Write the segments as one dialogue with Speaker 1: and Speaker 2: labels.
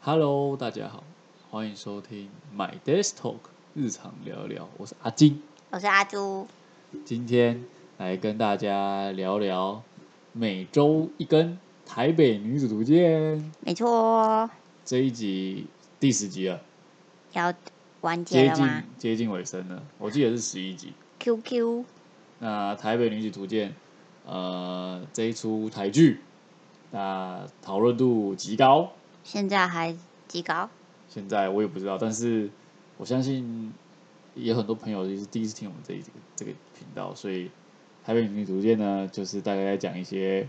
Speaker 1: Hello，大家好，欢迎收听 My Desk Talk 日常聊一聊，我是阿金，
Speaker 2: 我是阿朱，
Speaker 1: 今天来跟大家聊聊每周一根台北女子图鉴
Speaker 2: 没错哦，
Speaker 1: 这一集第十集了，
Speaker 2: 要完结
Speaker 1: 接
Speaker 2: 了
Speaker 1: 近
Speaker 2: 吗
Speaker 1: 接近尾声了，我记得是十一集。
Speaker 2: ？QQ
Speaker 1: 那台北女子图鉴，呃，这一出台剧，那讨论度极高，
Speaker 2: 现在还几高？
Speaker 1: 现在我也不知道，但是我相信也有很多朋友也是第一次听我们这一这个这个频道，所以台北女足界呢，就是大概在讲一些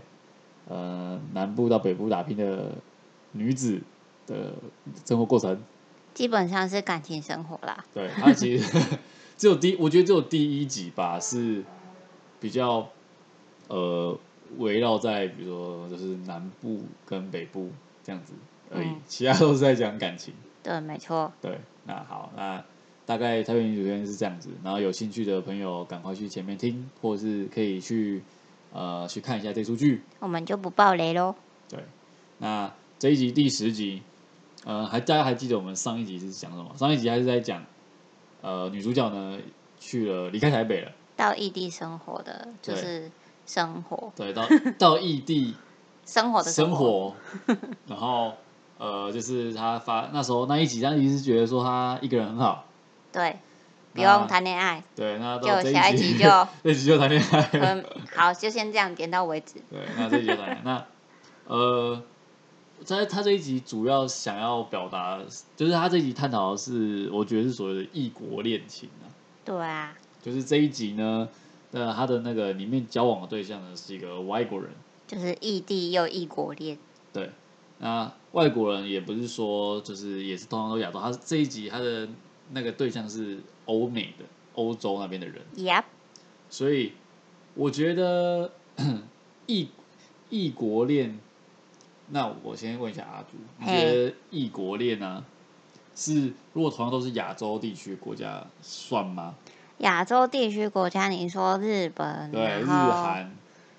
Speaker 1: 呃南部到北部打拼的女子的生活过程。
Speaker 2: 基本上是感情生活啦。
Speaker 1: 对，它其实只有第，我觉得只有第一集吧是比较呃围绕在比如说就是南部跟北部这样子而已，
Speaker 2: 嗯
Speaker 1: 其他都是在讲感情。
Speaker 2: 对，没错，
Speaker 1: 对，那好，那大概台北女主编是这样子，然后有兴趣的朋友赶快去前面听，或者是可以去呃去看一下这出剧。
Speaker 2: 我们就不爆雷喽。
Speaker 1: 对，那这一集第十集，呃，还大家还记得我们上一集是讲什么？上一集还是在讲呃女主角呢去了离开台北了，
Speaker 2: 到异地生活的就
Speaker 1: 对
Speaker 2: 是生活，
Speaker 1: 对， 到到异地
Speaker 2: 生活的
Speaker 1: 生
Speaker 2: 活，
Speaker 1: 活， 然后呃就是她发那时候那一集，那一集是觉得说她一个人很好。
Speaker 2: 对，不
Speaker 1: 那
Speaker 2: 用谈恋爱。
Speaker 1: 对，那到
Speaker 2: 就
Speaker 1: 这
Speaker 2: 下一集就
Speaker 1: 这一集就谈恋爱了。
Speaker 2: 嗯，好，就先这样，点到为止。
Speaker 1: 对，那这一集就到这里那呃，在他这一集主要想要表达，就是他这一集探讨的是，我觉得是所谓的异国恋情啊。
Speaker 2: 对啊，
Speaker 1: 就是这一集呢，那他的那个里面交往的对象呢是一个外国人，
Speaker 2: 就是异地又异国恋，
Speaker 1: 对，那外国人也不是说就是也是通常都亚洲，他这一集他的那个对象是欧美的欧洲那边的人，
Speaker 2: yep，
Speaker 1: 所以我觉得异异国恋，那我先问一下阿朱，你
Speaker 2: 嘿
Speaker 1: 觉得异国恋啊，是如果同样都是亚洲地区国家算吗？
Speaker 2: 亚洲地区国家，你说日本，
Speaker 1: 对，
Speaker 2: 然
Speaker 1: 日
Speaker 2: 后
Speaker 1: 韩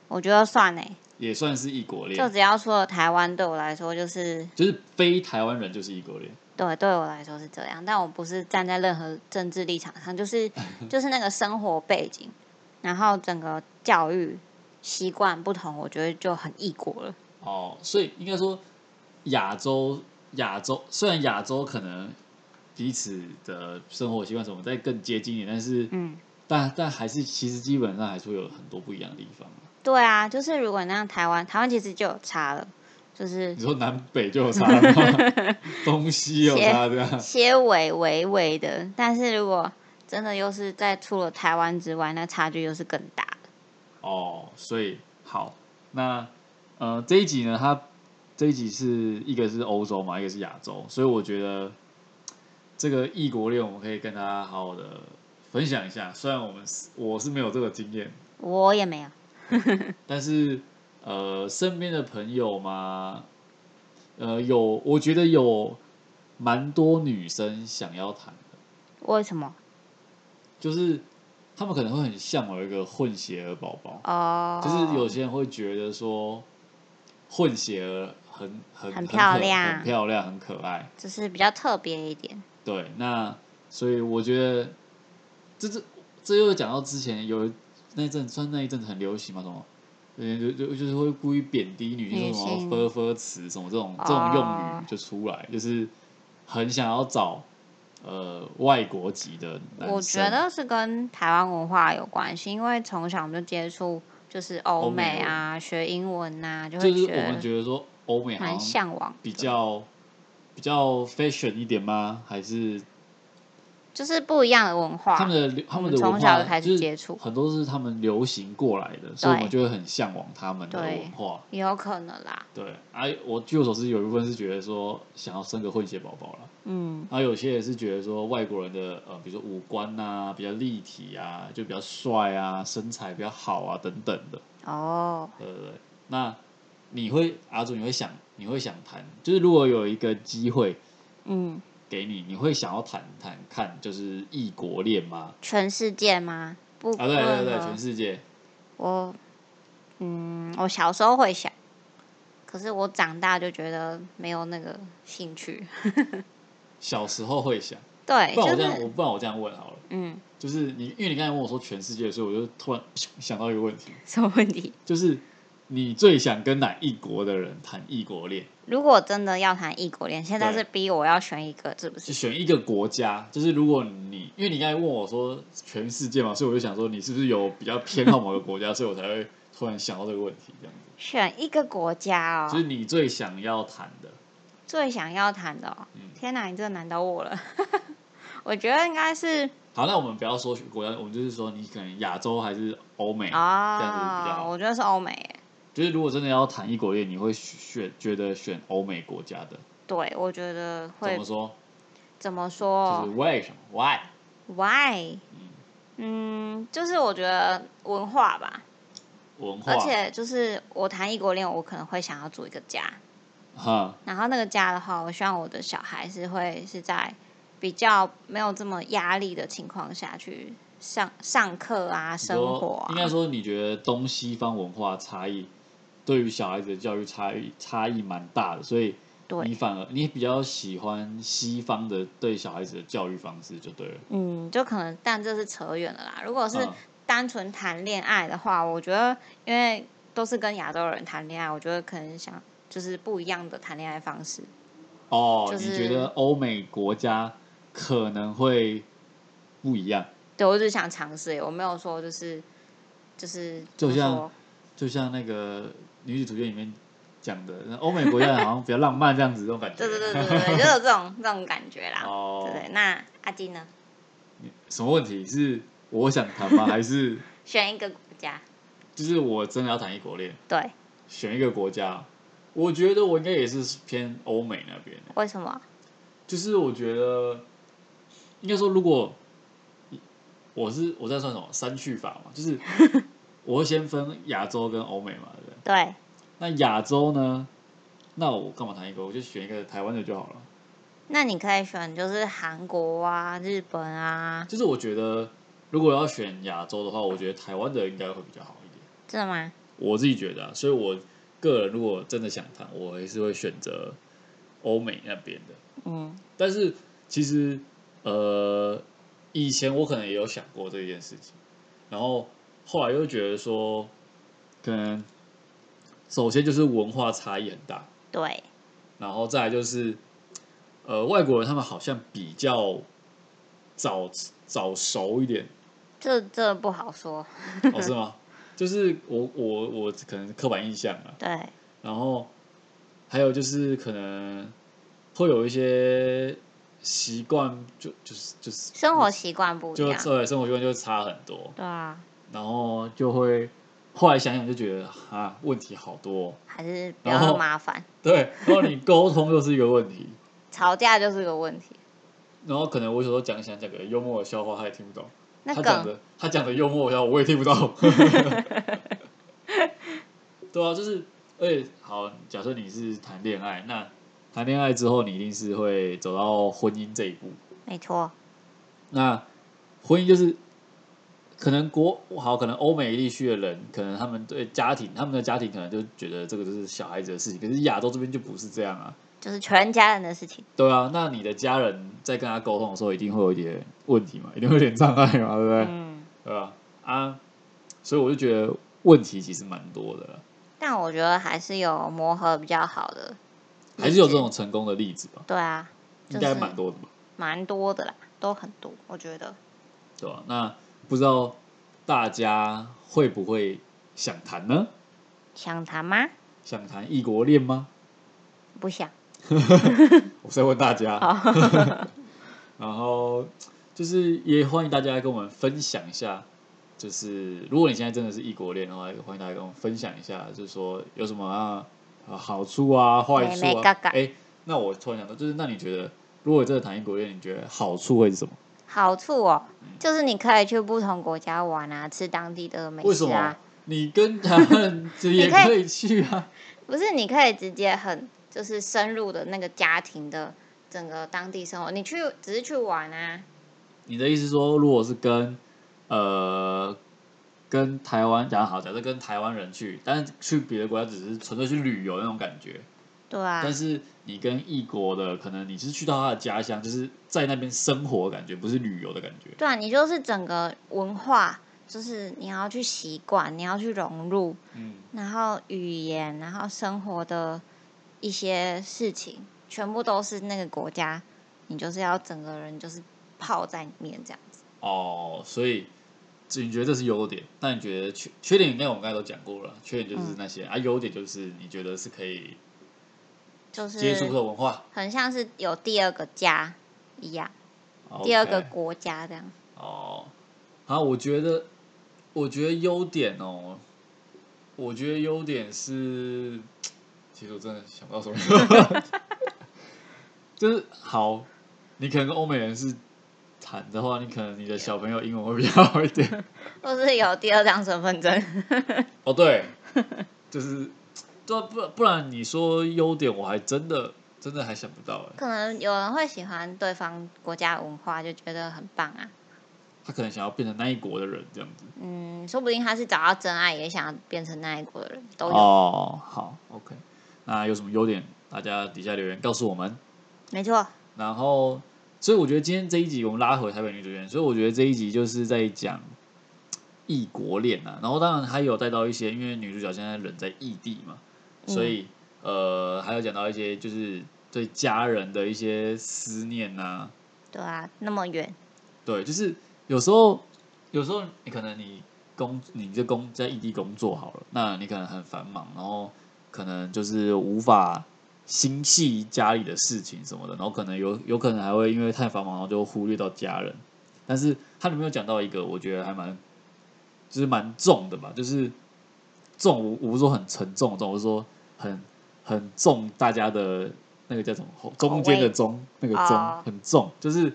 Speaker 2: 我觉得算欸嘞，
Speaker 1: 也算是异国
Speaker 2: 就
Speaker 1: 恋，
Speaker 2: 只要说了台湾，对我来说就是
Speaker 1: 就是非台湾人就是异国恋。
Speaker 2: 对，对我来说是这样，但我不是站在任何政治立场上，就是 就是那个生活背景，然后整个教育习惯不同，我觉得就很异国了。
Speaker 1: 哦，所以应该说亚洲亚洲虽然亚洲可能彼此的生活习惯什么再更接近一点，但是、
Speaker 2: 嗯，
Speaker 1: 但但还是其实基本上还是会有很多不一样的地方。
Speaker 2: 对啊，就是如果那样台湾，台湾其实就有差了，就是
Speaker 1: 你说南北就有差了吗，东西有差这样。
Speaker 2: 些微微微的，但是如果真的又是在除了台湾之外，那差距又是更大的。
Speaker 1: 哦，所以好，那呃这一集呢，它这一集是一个是欧洲嘛，一个是亚洲，所以我觉得这个异国恋我们可以跟大家好好的分享一下。虽然我们是我是没有这个经验，
Speaker 2: 我也没有，
Speaker 1: 但是呃身边的朋友嘛，呃有我觉得有蛮多女生想要谈的。
Speaker 2: 为什么？
Speaker 1: 就是他们可能会很向往一个混血儿宝宝，
Speaker 2: 哦，
Speaker 1: 就是有些人会觉得说混血儿很很
Speaker 2: 很
Speaker 1: 可
Speaker 2: 漂亮
Speaker 1: 很漂亮，很可爱。
Speaker 2: 就是比较特别一点。
Speaker 1: 对，那所以我觉得这这这又讲到之前有那一阵，算那一阵子很流行嘛，什么。对就就就是会故意贬低女性，
Speaker 2: 女
Speaker 1: 说什
Speaker 2: 性
Speaker 1: 么“分分词”什么这种这种用
Speaker 2: 哦
Speaker 1: 语就出来，就是很想要找呃外国籍的男生。
Speaker 2: 我觉得是跟台湾文化有关系，因为从小我们就接触就是欧美啊，学英文啊，就会
Speaker 1: 就是我们
Speaker 2: 觉
Speaker 1: 觉得说欧美
Speaker 2: 得
Speaker 1: 好像
Speaker 2: 蛮向往，
Speaker 1: 比较比较 fashion 一点吗？还是
Speaker 2: 就是不一样的文化。
Speaker 1: 他们的流他们的
Speaker 2: 我们
Speaker 1: 文
Speaker 2: 从小
Speaker 1: 化
Speaker 2: 就开
Speaker 1: 就
Speaker 2: 始
Speaker 1: 是
Speaker 2: 接触，
Speaker 1: 很多是他们流行过来的，所以我们就会很向往他们的
Speaker 2: 对
Speaker 1: 文化。
Speaker 2: 也有可能啦。
Speaker 1: 对，哎、我据我所知，有一部分是觉得说想要生个混血宝宝了，
Speaker 2: 嗯，
Speaker 1: 然后有些也是觉得说外国人的呃，比如说五官呐、比较立体啊，就比较帅啊，身材比较好啊等等的。
Speaker 2: 哦，
Speaker 1: 对对对，那你会阿祖，你会想，你会想谈，就是如果有一个机会
Speaker 2: 嗯，
Speaker 1: 给你，你会想要谈谈看，就是异国恋吗？
Speaker 2: 全世界吗？不，
Speaker 1: 啊，对对对，
Speaker 2: 不
Speaker 1: 全世界，
Speaker 2: 我，嗯，我小时候会想，可是我长大就觉得没有那个兴趣。
Speaker 1: 小时候会想，
Speaker 2: 对，
Speaker 1: 不然我
Speaker 2: 就
Speaker 1: 这样，我
Speaker 2: 是
Speaker 1: 不然我这样问好了，
Speaker 2: 嗯，
Speaker 1: 就是你，因为你刚才问我说全世界，所以我就突然想到一个问题，
Speaker 2: 什么问题？
Speaker 1: 就是你最想跟哪一国的人谈异国恋？
Speaker 2: 如果真的要谈异国恋，现在
Speaker 1: 对
Speaker 2: 是逼我要选一个，是不？
Speaker 1: 就是选一个国家，就是如果你，因为你刚才问我说全世界嘛，所以我就想说你是不是有比较偏好某个国家，所以我才会突然想到这个问题，这样子，
Speaker 2: 选一个国家
Speaker 1: 就是
Speaker 2: 哦，
Speaker 1: 你最想要谈的，
Speaker 2: 最想要谈的哦。
Speaker 1: 嗯，
Speaker 2: 天哪，你这难倒我了。 我觉得应该是
Speaker 1: 好，那我们不要说国家，我们就是说你可能亚洲还是欧美，这样子比较
Speaker 2: 啊、
Speaker 1: 好
Speaker 2: 我觉得是欧美耶。
Speaker 1: 就是如果真的要谈异国恋，你会选觉得选欧美国家的？
Speaker 2: 对，我觉得
Speaker 1: 怎
Speaker 2: 会
Speaker 1: 么说？
Speaker 2: 怎么
Speaker 1: 就
Speaker 2: 说
Speaker 1: 是为什么？Why？
Speaker 2: ？Why？嗯，就是我觉得文化吧，
Speaker 1: 文化，
Speaker 2: 而且就是我谈异国恋，我可能会想要组一个家，
Speaker 1: 哈，
Speaker 2: 然后那个家的话，我希望我的小孩是会是在比较没有这么压力的情况下去上上课啊，
Speaker 1: 你
Speaker 2: 生
Speaker 1: 说
Speaker 2: 活啊
Speaker 1: 应，该说你觉得东西方文化差异对于小孩子的教育差异差异蛮大的，所以你
Speaker 2: 对，
Speaker 1: 反而你比较喜欢西方的对小孩子的教育方式就对了。
Speaker 2: 嗯，就可能，但这是扯远了啦。如果是
Speaker 1: 嗯
Speaker 2: 单纯谈恋爱的话，我觉得因为都是跟亚洲人谈恋爱，我觉得可能想就是不一样的谈恋爱方式。
Speaker 1: 哦，
Speaker 2: 就是
Speaker 1: 你觉得欧美国家可能会不一样？
Speaker 2: 对我只是想尝试而已，我没有说就是就是
Speaker 1: 就
Speaker 2: 怎么
Speaker 1: 像
Speaker 2: 说
Speaker 1: 就像那个《女子图鉴》里面讲的，那欧美国家人好像比较浪漫这样子，这种感觉。
Speaker 2: 对对对对对，就有这种这种感觉啦。
Speaker 1: 哦
Speaker 2: 对，对，那阿金呢？
Speaker 1: 什么问题？是我想谈吗？还是
Speaker 2: 选一个国家，
Speaker 1: 就是我真的要谈异国恋？
Speaker 2: 对，
Speaker 1: 选一个国家，我觉得我应该也是偏欧美那边的。
Speaker 2: 为什么？
Speaker 1: 就是我觉得，应该说，如果我是我在算什么三去法嘛， 就是我会先分亚洲跟欧美嘛，对不对？
Speaker 2: 对，
Speaker 1: 那亚洲呢？那我干嘛谈一个？我就选一个台湾的就好了。
Speaker 2: 那你可以选就是韩国啊、日本啊，
Speaker 1: 就是我觉得，如果要选亚洲的话，我觉得台湾的应该会比较好一点。
Speaker 2: 真的吗？
Speaker 1: 我自己觉得、啊，所以我个人如果真的想谈，我还是会选择欧美那边的。
Speaker 2: 嗯，
Speaker 1: 但是其实，呃，以前我可能也有想过这件事情，然后后来又觉得说，可能首先就是文化差异很大，
Speaker 2: 对，
Speaker 1: 然后再来就是，呃，外国人他们好像比较早早熟一点，
Speaker 2: 这这不好说。
Speaker 1: 哦，是吗？就是我我我可能刻板印象啊，
Speaker 2: 对，
Speaker 1: 然后还有就是可能会有一些习惯，就就是就是
Speaker 2: 生活习惯不
Speaker 1: 嗯
Speaker 2: 一
Speaker 1: 就
Speaker 2: 样。
Speaker 1: 对生活习惯就差很多，
Speaker 2: 对啊，
Speaker 1: 然后就会后来想想就觉得啊问题好多哦、
Speaker 2: 还是比
Speaker 1: 然后
Speaker 2: 较麻烦，
Speaker 1: 对，然后你沟通又是一个问题，
Speaker 2: 吵架就是个问题。
Speaker 1: 然后可能我有时候讲一讲讲个幽默的笑话他也听不懂，
Speaker 2: 那
Speaker 1: 他讲
Speaker 2: 梗
Speaker 1: 的他讲的幽默的笑话我也听不 懂，对啊，就是而且好，假设你是谈恋爱，那谈恋爱之后你一定是会走到婚姻这一步，
Speaker 2: 没错，
Speaker 1: 那婚姻就是可能国好，可能欧美地区的人，可能他们对家庭，他们的家庭可能就觉得这个就是小孩子的事情，可是亚洲这边就不是这样啊，
Speaker 2: 就是全家人的事情。
Speaker 1: 对啊，那你的家人在跟他沟通的时候，一定会有一点问题嘛，一定会有点障碍嘛，对不对？
Speaker 2: 嗯，
Speaker 1: 对吧、啊？所以我就觉得问题其实蛮多的啦，
Speaker 2: 但我觉得还是有磨合比较好的。
Speaker 1: 还是有这种成功的例子吧，
Speaker 2: 对啊，
Speaker 1: 应
Speaker 2: 就
Speaker 1: 该
Speaker 2: 是
Speaker 1: 蛮多的吧，
Speaker 2: 蛮多的啦，都很多，我觉得。
Speaker 1: 对吧、那不知道大家会不会想谈呢？
Speaker 2: 想谈吗？
Speaker 1: 想谈异国恋吗？
Speaker 2: 不想。
Speaker 1: 我是在问大家。
Speaker 2: 好，
Speaker 1: 然后就是也欢迎大家跟我们分享一下，就是如果你现在真的是异国恋的话，也欢迎大家跟我们分享一下，就是说有什么啊呃好处啊、坏处
Speaker 2: 美美嘎
Speaker 1: 啊
Speaker 2: 嘎。
Speaker 1: 哎，那我突然想到，就是那你觉得，如果真的谈异国恋，你觉得好处会是什么？
Speaker 2: 好处哦，
Speaker 1: 嗯
Speaker 2: 就是你可以去不同国家玩啊，吃当地的美
Speaker 1: 为什
Speaker 2: 食
Speaker 1: 么
Speaker 2: 啊。？
Speaker 1: 你跟他 们也
Speaker 2: 可以
Speaker 1: 可以去啊，
Speaker 2: 不是，你可以直接很就是深入的那个家庭的整个当地生活，你去只是去玩啊。
Speaker 1: 你的意思说，如果是跟呃跟台湾讲好，假设跟台湾人去，但是去别的国家只是纯粹去旅游那种感觉。
Speaker 2: 对啊
Speaker 1: 但，是你跟异国的，可能你是去到他的家乡，就是在那边生活的感觉，不是旅游的感觉。
Speaker 2: 对啊，你就是整个文化，就是你要去习惯，你要去融入，
Speaker 1: 嗯，
Speaker 2: 然后语言，然后生活的一些事情，全部都是那个国家，你就是要整个人就是泡在里面这样子。
Speaker 1: 哦，所以这你觉得这是优点，那你觉得缺缺点应该我们刚才都讲过了，缺点
Speaker 2: 嗯
Speaker 1: 就是那些、啊，优点就是你觉得是可以
Speaker 2: 就
Speaker 1: 接触
Speaker 2: 是
Speaker 1: 的文化。
Speaker 2: 很像是有第二个家一样，
Speaker 1: OK
Speaker 2: 第二个国家这样。
Speaker 1: 哦，啊，我觉得，我觉得优点哦，我觉得优点是，其实我真的想不到什么， 就是好，你可能跟欧美人是谈的话，你可能你的小朋友英文会比较好一点。
Speaker 2: 或是有第二张身份证，
Speaker 1: 哦，对，就是，对，啊不不然你说优点，我还真的真的还想不到哎，
Speaker 2: 可能有人会喜欢对方国家文化，就觉得很棒啊。
Speaker 1: 他可能想要变成那一国的人这样子。
Speaker 2: 嗯，说不定他是找到真爱，也想要变成那一国的人，都有。
Speaker 1: 哦，好，OK，那有什么优点？大家底下留言告诉我们。
Speaker 2: 没错，
Speaker 1: 然后，所以我觉得今天这一集我们拉回台北女主角，所以我觉得这一集就是在讲异国恋啊。然后当然还有带到一些，因为女主角现在人在异地嘛，
Speaker 2: 嗯
Speaker 1: 所以、呃还有讲到一些就是对家人的一些思念呐、
Speaker 2: 对啊，那么远，
Speaker 1: 对，就是有时候，有时候你可能你工，你这工在异地工作好了，那你可能很繁忙，然后可能就是无法心系家里的事情什么的，然后可能有有可能还会因为太繁忙，然后就忽略到家人。但是他里面有讲到一个，我觉得还蛮，就是蛮重的吧，就是重，我我不是说很沉重的重，我是说很很重大家的那个叫什么后中间的中那个中、
Speaker 2: 哦
Speaker 1: 很重，就是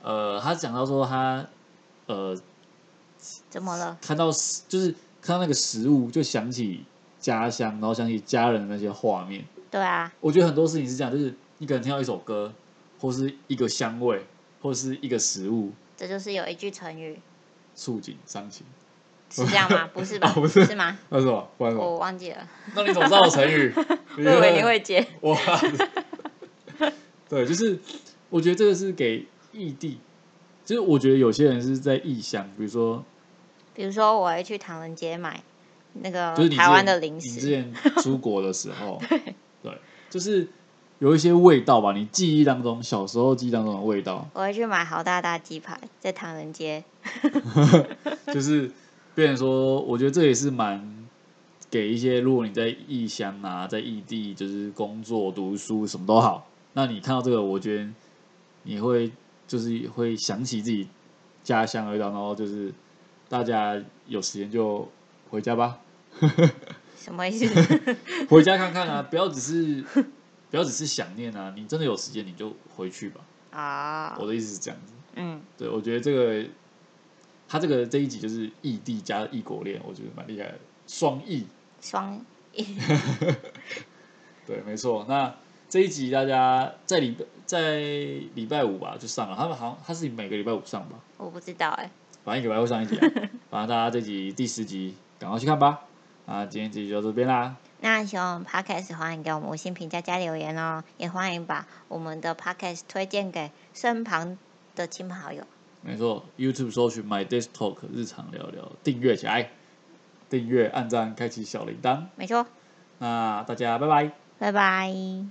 Speaker 1: 呃，他讲到说他呃
Speaker 2: 怎么了？
Speaker 1: 看到食就是看到那个食物就想起家乡，然后想起家人的那些画面。
Speaker 2: 对啊，
Speaker 1: 我觉得很多事情是这样，就是你可能听到一首歌，或是一个香味，或是一个食物，
Speaker 2: 这就是有一句成语，
Speaker 1: 触景伤情。
Speaker 2: 是这 样吗？不是吧？
Speaker 1: 哦不是
Speaker 2: 吗？
Speaker 1: 那是什么？不然什么？
Speaker 2: 我忘记了，
Speaker 1: 那你怎么知道我成语？
Speaker 2: 哦 我
Speaker 1: 我
Speaker 2: 以为你会接。
Speaker 1: 哇， 对，就是我觉得这个是给异地，就是我觉得有些人是在异乡，比如说
Speaker 2: 比如说，我会去唐人街买那个
Speaker 1: 就是你之
Speaker 2: 呃台湾
Speaker 1: 前
Speaker 2: 的零
Speaker 1: 你之
Speaker 2: 食，
Speaker 1: 前出国的时 候，对，就是有一些味道吧，你记忆当中小时候记忆当中的味 道，
Speaker 2: 我会去买好大大鸡排，在唐人街。
Speaker 1: 就是变成说，我觉得这也是蛮给一些，如果你在异乡啊，在异地，就是工作、读书什么都好，那你看到这个，我觉得你会就是会想起自己家乡的味道，然后就是大家有时间就回家吧。
Speaker 2: 什么意思？
Speaker 1: 回家看看啊，不要只是不要只是想念啊，你真的有时间你就回去吧。
Speaker 2: 啊、
Speaker 1: 我的意思是这样子，
Speaker 2: 嗯，
Speaker 1: 对我觉得这个他这个这一集就是异地加异国恋，我觉得蛮厉害的，双异。
Speaker 2: 双
Speaker 1: 对，没错。那这一集大家在礼拜在礼拜五吧就上了，他们好像他是每个礼拜五上吧，
Speaker 2: 我不知道哎、
Speaker 1: 反正一个礼拜会上一集、啊。反正大家这集第十集赶快去看吧。啊，今天这集就到这边啦。
Speaker 2: 那喜欢我们 podcast，欢迎给我们五星评价加留言哦，也欢迎把我们的 podcast 推荐给身旁的亲朋好友。
Speaker 1: 没错，YouTube 搜寻 My Desk Talk 日常聊聊，订阅起来，订阅、按赞、开启小铃铛。
Speaker 2: 没错，
Speaker 1: 那大家拜拜。
Speaker 2: 拜拜。